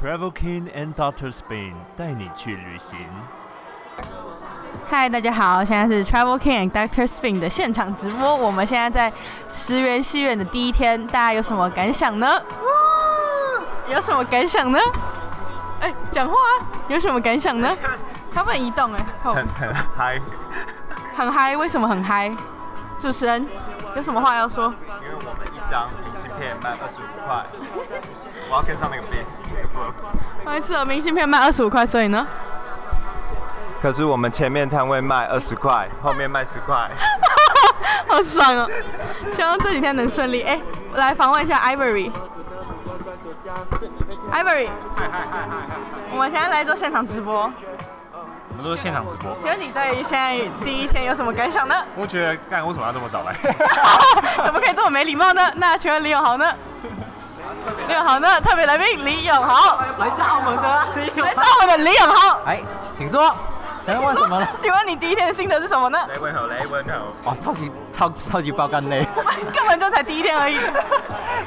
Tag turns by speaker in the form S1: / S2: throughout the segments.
S1: Travel King and Doctor Spain 带你去旅行。
S2: 嗨，大家好，现在是 Travel King and Doctor Spin 的现场直播。我们现在在十元戏院的第一天，大家有什么感想呢？有什么感想呢？哎、讲话啊！有什么感想呢？他不能移动哎、哦
S1: 很很嗨，
S2: 很嗨，为什么很嗨？主持人有什么话要说？
S1: 因为我们一张明信片卖二十五块，我要跟上那个 beat 那个 flow。
S2: 上一次的明信片卖二十五块，所以呢？
S1: 可是我们前面摊位卖二十块，后面卖十块。
S2: 好爽哦！希望这几天能顺利。哎、我来访问一下 Ivory。Ivory，我们现在来做现场直播，
S3: 我们都是现场直播。
S2: 请问你对现在第一天有什么感想呢？
S3: 我觉得干为什么要这么早来？
S2: 怎么可以这么没礼貌呢？那请问李永豪呢？李永豪呢？特别来宾李永豪，
S4: 来自澳门的
S2: 来到我的李永豪。
S4: 哎，请说，想要问什 么呢？
S2: 请问你第一天的心得是什么呢？
S1: 雷文哎好，雷文 好，
S4: 哇，超级超超级爆肝嘞！
S2: 我们根本就才第一天而已。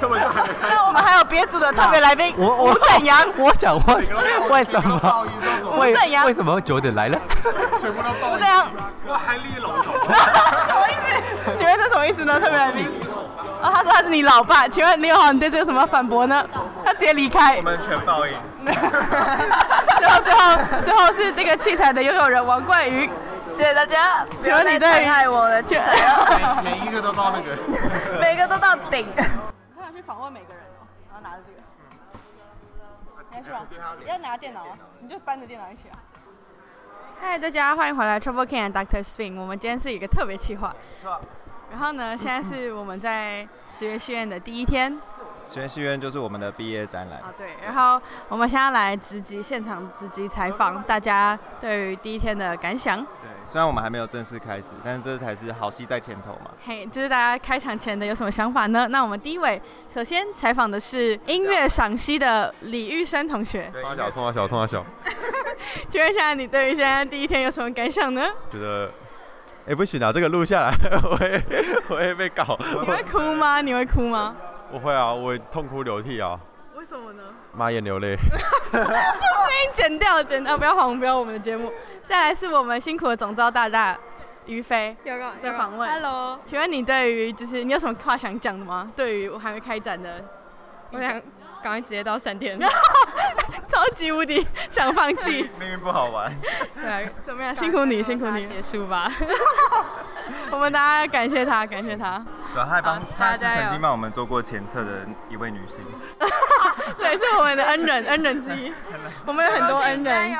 S1: 根本就还没开
S2: 那我们还有别组的特别来宾
S4: 我
S2: 吴
S4: 我
S2: 正阳。
S4: 我想问，为什么？为
S2: 怎样
S4: 为什么九点来了？
S2: 吴正阳， 我还立龙头。什么意思？请问这什么意思呢？特别来宾。哦，他说他是你老爸，请问李永豪，你对这有什么反驳呢？他直接离开
S1: 我。们全报应。
S2: 最后 最后最后是这个器材的拥有人王冠宇。
S5: 谢谢大家。
S2: 请问你
S5: 不要再
S2: 对
S5: 残害我了，
S2: 请
S5: 请
S2: 问
S3: 每一个都到那个。
S5: 每个都到顶。
S2: 他想去访问每个人哦，然后拿着这个。
S3: 啊
S2: 你要去吗？你要拿电脑啊，你就搬着电脑一起啊。嗨，大家欢迎回来 Travel Can and Doctor Spin。我们今天是一个特别企划，然后呢，现在是我们在十月戏院的第一天
S1: 学习院就是我们的毕业展览。
S2: 啊，对。然后我们现在来直击现场直击采访大家对于第一天的感想。
S1: 对，虽然我们还没有正式开始，但是这才是好戏在前头嘛。
S2: 嘿，就是大家开场前的有什么想法呢？那我们第一位首先采访的是音乐赏析的李玉生同学。
S1: 对
S6: 冲啊小，冲啊小，冲啊小，
S2: 请问一下，你对于现在第一天有什么感想呢？
S6: 觉得，哎、不行啊，这个录下 来，我会，我会被搞，
S2: 你会哭吗？你会哭吗？
S6: 我会啊，我会痛哭流涕啊，
S2: 为什么呢？
S6: 抹眼流泪。
S2: 先 剪掉，剪掉，不要黄标我们的节目。再来是我们辛苦的总招大大于飞的访问。Hello，请问你对于就是你有什么话想讲的吗？对于我还没开展的，
S7: 我想赶快直接到闪电。
S2: 超级无敌想放 弃。
S1: 命运不好玩。
S2: 对啊，怎么样？ 辛苦你，辛苦你，结束吧。 我们大家感谢他，感谢他。
S1: 对，啊他还帮
S2: 好，
S1: 他
S2: 大
S1: 是
S2: 家
S1: 曾
S2: 有
S1: 经帮我们做过前测的一位女星。
S2: 对，是我们的恩人，恩人之 一。我们有很多恩人，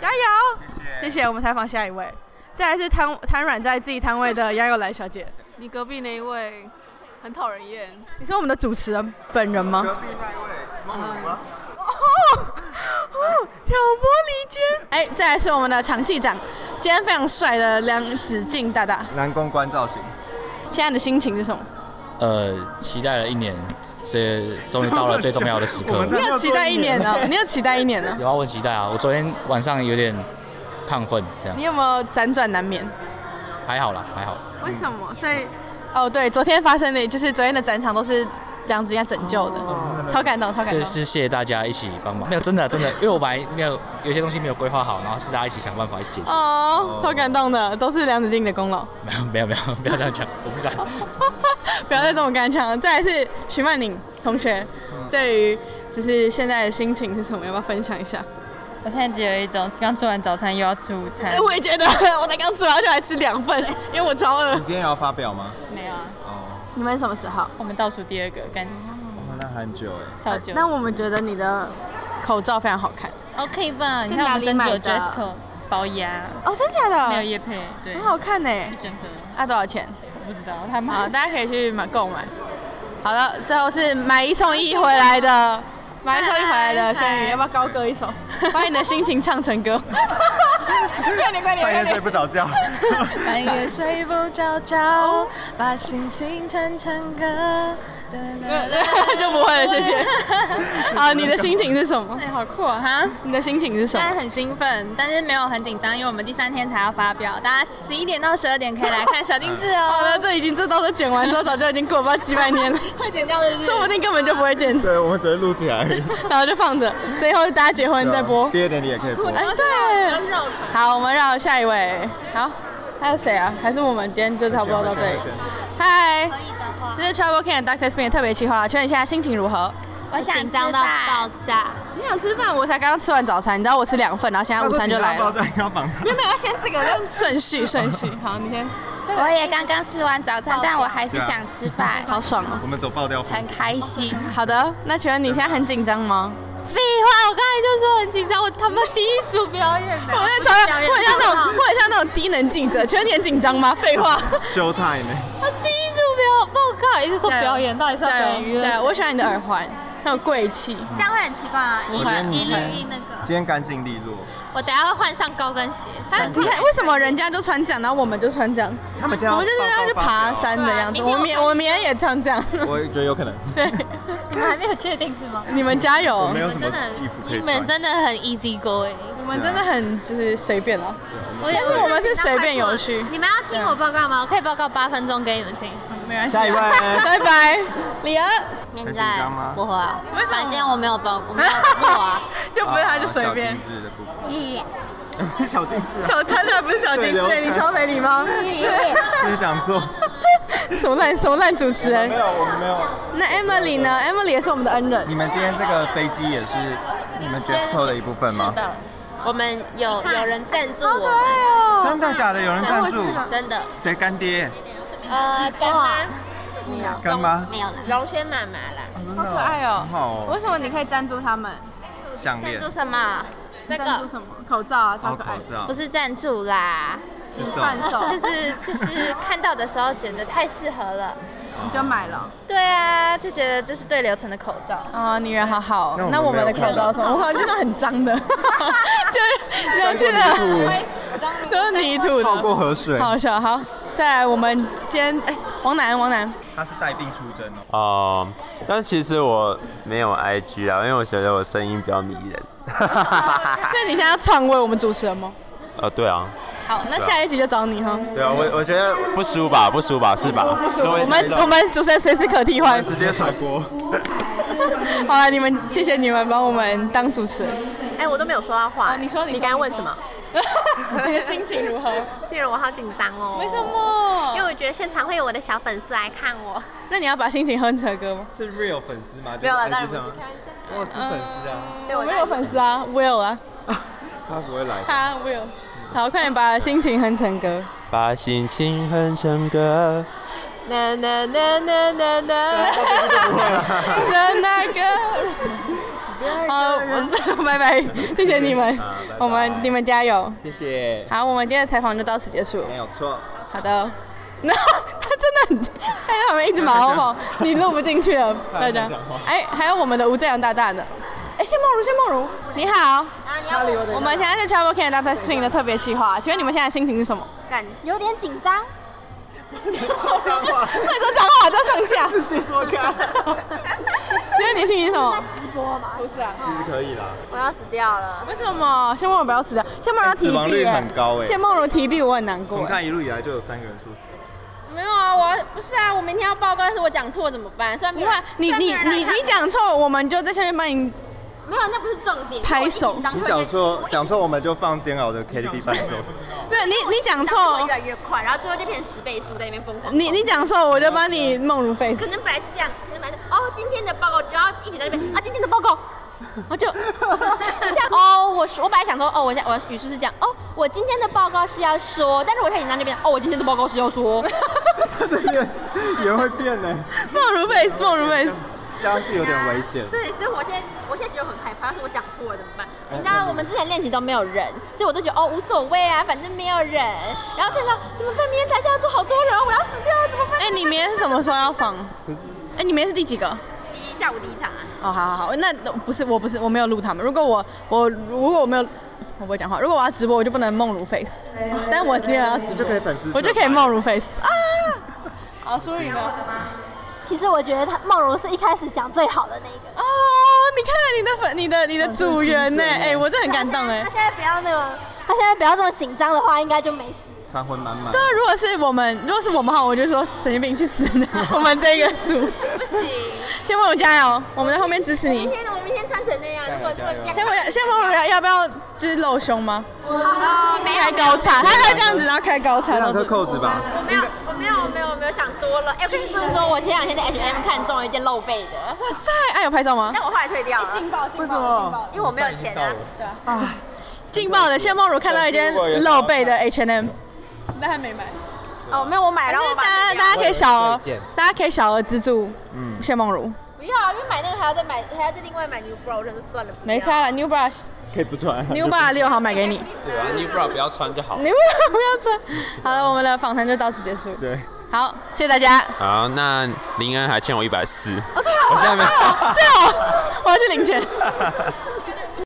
S2: 加油！谢谢，我们采访下一位。再来是瘫瘫软在自己摊位的杨友来小姐，
S7: 你隔壁那一位很讨人厌，
S2: 你是我们的主持人本人吗？
S1: 壁那一位梦如吗？
S2: 哦，挑拨离间。哎，再来是我们的常记长，今天非常帅的梁子敬大大，
S1: 男公关造型，
S2: 现在的心情是什么？
S8: 呃，期待了一年，这终于到了最重要的时刻。
S2: 你有期待一年呢、啊 你有期待一年呢、
S8: 有啊，我很期待啊！我昨天晚上有点亢奋，这样
S2: 你有没有辗转难眠？
S8: 还好啦，还好。
S2: 为什么？所以，哦，对，昨天发生的，就是昨天的展场都是梁子敬拯救的，超感动，超感
S8: 就
S2: 动。
S8: 是谢谢大家一起帮忙，没有真的真的，因为我本来没有有些东西没有规划好，然后是大家一起想办法一起解决。
S2: 哦，超感动的，都是梁子敬的功劳。
S8: 没有没有没有，不要这样讲，我不敢。
S2: 不要再这么干呛了。再来是徐曼宁同学，对于就是现在的心情是什么？要不要分享一下？
S7: 我现在只有一种刚吃完早餐又要吃午 餐
S2: 哎，我也觉得，我才刚吃完就来吃两份， 因为我超饿
S1: 你。今天要发表吗？
S7: 没有啊，
S1: 哦，
S2: 你们什么时候？
S7: 我们倒数第二个，干
S1: 那很久哎。
S7: 超久。
S2: 我们觉得你的口罩非常好看
S7: OK 吧？你
S2: 在
S7: 看
S2: 哪
S7: 我们
S2: 里
S7: 针
S2: 买的
S7: 灸 Jesco 保牙，
S2: 哦，真假
S7: 没有
S2: 的？
S7: 叶配，对，
S2: 很好看呢，
S7: 整合，
S2: 那多少钱？
S7: 我不知道他
S2: 好，
S7: 们
S2: 大家可以去买购买。好了，最后是买一送一回来的，买一送一回来的轩宇，要不要高歌一 首？把你的心情唱成歌。 快点，快点，
S1: 半
S2: 快
S1: 夜
S2: 点
S1: 睡！不着 觉，
S2: 哦
S7: 半夜睡不着觉，把心情唱成歌，
S2: 就不会了，谢 谢。啊，你的心情是什么？
S7: 哎，好酷啊！哈，
S2: 你的心情是什
S7: 虽然
S2: 么？
S7: 很兴奋，但是没有很紧张，因为我们第三天才要发表，大家十一点到十二点可以来看小定制
S2: 好了，
S7: 哦。
S2: 这已经这到时候剪完之后，早就已经过不知道几百 年了，
S7: 快剪掉的
S2: 说不定根本就不会剪，
S6: 对，我们只会录起来。
S2: 然后就放着，等以后大家结婚再播。
S1: 啊
S6: 毕业典礼也可以播。
S2: 哎，对。
S7: 绕场。
S2: 好，我们让下一位。好，还有谁啊？还是我们今天就差不多到这里。
S1: 啊
S2: 嗨，这是 Travel Can Doctor Spin 的特别企划，请问你现在心情如何？
S9: 我想紧张到爆炸。
S2: 你想吃饭？我才刚刚吃完早餐，你知道我吃两份，然后现在午餐就来了。
S1: 在要绑他
S2: 没有没有，要先这个要顺序顺序。好，你先。
S9: 我也刚刚吃完早餐，但我还是想吃饭，
S2: 好爽哦。
S1: 我们走爆掉风。
S9: 很开 心。
S2: 好的，那请问你现在很紧张吗？
S7: 废话，我刚才就说很紧张，我他妈第一组表演
S9: 啊
S7: 的
S2: 我在朝阳，我很像那种，我很像那种低能记者。请问你很紧张吗？废话。
S1: Show time 呢？
S7: 他第一组表，我不好意思说表演，到底是要表演娱乐
S2: 对，
S7: 性？
S2: 我喜欢你的耳环，很有贵气。
S9: 这样会很奇怪啊！一
S2: 不会
S9: 一律那个，
S1: 今天干净利落。
S9: 我等下会换上高跟鞋。
S2: 他你看为什么人家都穿这样，然后我们就穿这样？
S1: 他们今天
S2: 我们就是要去爬山的样子，
S9: 对啊
S2: 我们也我们也也穿这样。
S1: 我觉得有可能。
S9: 你们还没有确定是吗？
S2: 你们加油！
S1: 没有什么衣服可
S9: 你
S1: 以
S9: 们
S1: 穿。
S9: 真的很 easy go 哎、
S2: 我们真的很就是随便了。
S9: 我也
S2: 但是我们是随便有序
S9: 你们要听我报告吗？我可以报告八分钟给你们听。
S2: 没关系。啊
S1: 下一位。
S2: 拜拜，李安。
S9: 现
S1: 紧张吗
S9: 不会啊，反正我没有报，我没有不是我 啊。
S2: 就不是他，就随
S1: 啊
S2: 便。
S1: 小精致的部分。 小精 致啊，
S2: 小摊才不是小
S1: 精致对你超
S2: 没礼貌。
S1: 就是讲座。
S2: 什么烂什么烂主持人
S1: 没？有，我们没有。
S2: 那 Emily 呢？Emily 也是我们的恩人。
S1: 你们今天这个飞机也是你们 dress code 的一部分吗？
S9: 的，我们有有人赞助
S2: 好可爱哦
S1: 真的假的？有人赞助？
S9: 真的。
S1: 谁干爹？
S9: 呃，干妈，
S1: 干妈？
S9: 没有了，龙轩妈妈
S1: 哦
S9: 啦。
S1: 真
S2: 好
S1: 的
S2: 可爱哦
S1: 很好哦
S2: 为。什么你可以赞助他们？
S1: 项链、
S9: 什么？这
S2: 赞助什么？口罩啊，
S1: 然
S2: 超
S1: 后
S2: 可
S1: 口
S2: 爱。
S1: 罩
S9: 不，是赞助啦，
S1: 是送
S2: 贩售
S9: 就是就是看到的时候觉得太适合了。
S2: 你就买了。
S9: 对啊，就觉得这是对流程的口罩。
S2: 啊，你人好好。那
S1: 那
S2: 我
S1: 我
S2: 们
S1: 们
S2: 的
S1: 没有
S2: 口罩是吗？我好像就是很脏 的，就是有趣的，都是泥土
S1: 泡过
S2: 的，
S1: 河水，
S2: 好笑。好，再来我们今天哎，王楠，王楠，
S1: 他是带病出征哦。
S10: 哦、但其实我没有 IG 啊，因为我觉得我声音比较迷人。
S2: 所以你现在要篡位我们主持人吗？
S10: 呃，对啊，
S2: 好，那下一集就找你哈。
S10: 对啊，我我觉得不输吧，不输吧，是吧？
S2: 我们我们主持人随时可替换。
S1: 直接甩锅。
S2: 好了，你们谢谢你们帮我们当主持人。
S5: 哎，我都没有说到话。
S2: 哦你说你说
S5: 你刚刚问什么？
S2: 你的心情如何？
S5: 既然我好紧张哦。
S2: 为什？么
S5: 因为？我觉得现场会有我的小粉丝来看我。
S2: 那你要把心情哼成歌吗？
S1: 是 real 粉丝吗？
S5: 没有啦当然不是
S1: 就是 IG 上吗我是粉丝啊，
S5: 对，我
S2: 我们有粉丝啊，Will 啊，
S1: 他不会来。
S2: 他 Will。好，快点把心情哼成歌。
S10: 把心情哼成歌，
S5: 那那那那那那。
S2: 的那个。好，我 拜拜，谢谢你们，我们你们加油。
S1: 谢谢，
S2: 好，我们今天的采访就到此结束。
S1: 没有错。
S2: 好的。 那他真的很，他在旁边一直马后 炮，你录不进去了，大家
S1: 他在讲话。
S2: 哎，还有我们的吴正阳大大呢。哎，谢梦如，谢梦如，啊你好。我们现在是 Travel Canada Doctor Spring 的特别企划，请问你们现在心情是什么？
S9: 有点紧张，
S1: 说脏 话，
S2: 快说脏话，再上 架。
S1: 自己说看，
S2: 请问你心情是什么？
S1: 其实可以啦。
S5: 我要死掉了。
S2: 为什么谢梦如不要死掉？谢梦如要提
S1: 哎死亡
S2: 币
S1: 率
S2: 耶
S1: 很。高哎
S2: 谢。梦如提币，我很难
S1: 我
S2: 过
S1: 们
S2: 耶。
S1: 看一路以来就有三个人说死亡。
S7: 没有啊，我要不是啊，我明天要报告，但是我讲错怎么办？虽然
S2: 不会，你你你你讲错，我们就在下面帮你
S7: 没有，那不是重点。
S2: 拍手。
S1: 你讲错，讲错我们就放煎熬的 KTV 伴奏。
S2: 对你你讲错
S5: 越，来越快，然后最后就变成十倍数在那边疯狂。
S2: 你你讲错，我就帮你梦如 face
S5: 可。能本来是这样，可能本来是哦，今天的报告，然后一直在那边啊，今天的报告，
S9: 我就就像哦，我说我本来想说哦，我现在我的语速是这样哦，我今天的报告是要说，但是我太紧张就变成哦，我今天的报告是要说，
S1: 他的脸也会变呢，
S2: 梦如 face，梦如 face。
S1: 这样是有点危险。
S5: 对，所以我现在我现在觉得很害怕，要是我讲错了怎么办？
S9: 你知道我们之前练习都没有人，所以我都觉得哦无所谓啊，反正没有人，然后突然想怎么办？明天台下要坐好多人，哦我要死掉了，怎么办？
S2: 哎，你明天是什么时候要访？哎，你明天是第几个？
S5: 第一下午第一场啊，
S2: 哦，好好好，那不是我不是我没有录他们。如果我我如果我没有，我不会讲话。如果我要直播，我就不能梦如 face，但我这边要直播，
S1: 就可以粉丝，
S2: 我就可以梦如 face 啊。好，淑宇呢？
S9: 其实我觉得他梦荣是一开始讲最好的那一个。
S2: 哦，你看你的粉，你的你的组员
S5: 哦
S2: 呢？哎，我这很感动哎
S9: 他。现在不要那么，他现在不要这么紧张的话，应该就没事。
S1: 饭魂满满
S2: 对。啊，如果是我们，如果是我们的话，我就说神经病去死！ 我们这个组，
S5: 不行，
S2: 先问我加油，我们在后面支持你
S5: 明。天我明天穿成那样，如果如果
S2: 先问，先问我要要不要就是露胸吗？
S5: 啊，没有啊
S2: 开高叉，他要这样子，然后开高叉。
S1: 两颗扣子吧。
S5: 我没有，我没有，我没有，我没有想多了。哎，我跟你说，
S11: 就是说我前两天在 H M 看中了一件露背的，
S2: 哇塞，哎，有拍照吗？
S5: 但我后来退掉
S2: 哎
S5: 了，
S12: 劲爆劲爆！劲爆
S5: 因为我没有钱啊。对啊，
S2: 劲爆的谢梦如看到一件露背的 H&M，但还没买。
S5: 哦，没有，我买，然后我把
S2: 大家大家可以小额，大家可以小额资助
S1: 嗯
S2: 谢梦如，
S5: 不要啊，因为买那个还要再买，还要再另外买 new bra，我想说算了，
S2: 没啊差了，New Bra
S1: 可以不穿。啊
S2: New Bra 六号买给你
S10: 对啊，New Bra 不要穿就好。
S2: ，New Bra 不要穿。好了，我们的访谈就到此结束。
S1: 对，
S2: 好，谢谢大 家。
S10: 好，那林恩还欠我一百四，
S2: 哦，对哦，我现在没，对哦，我要去领钱。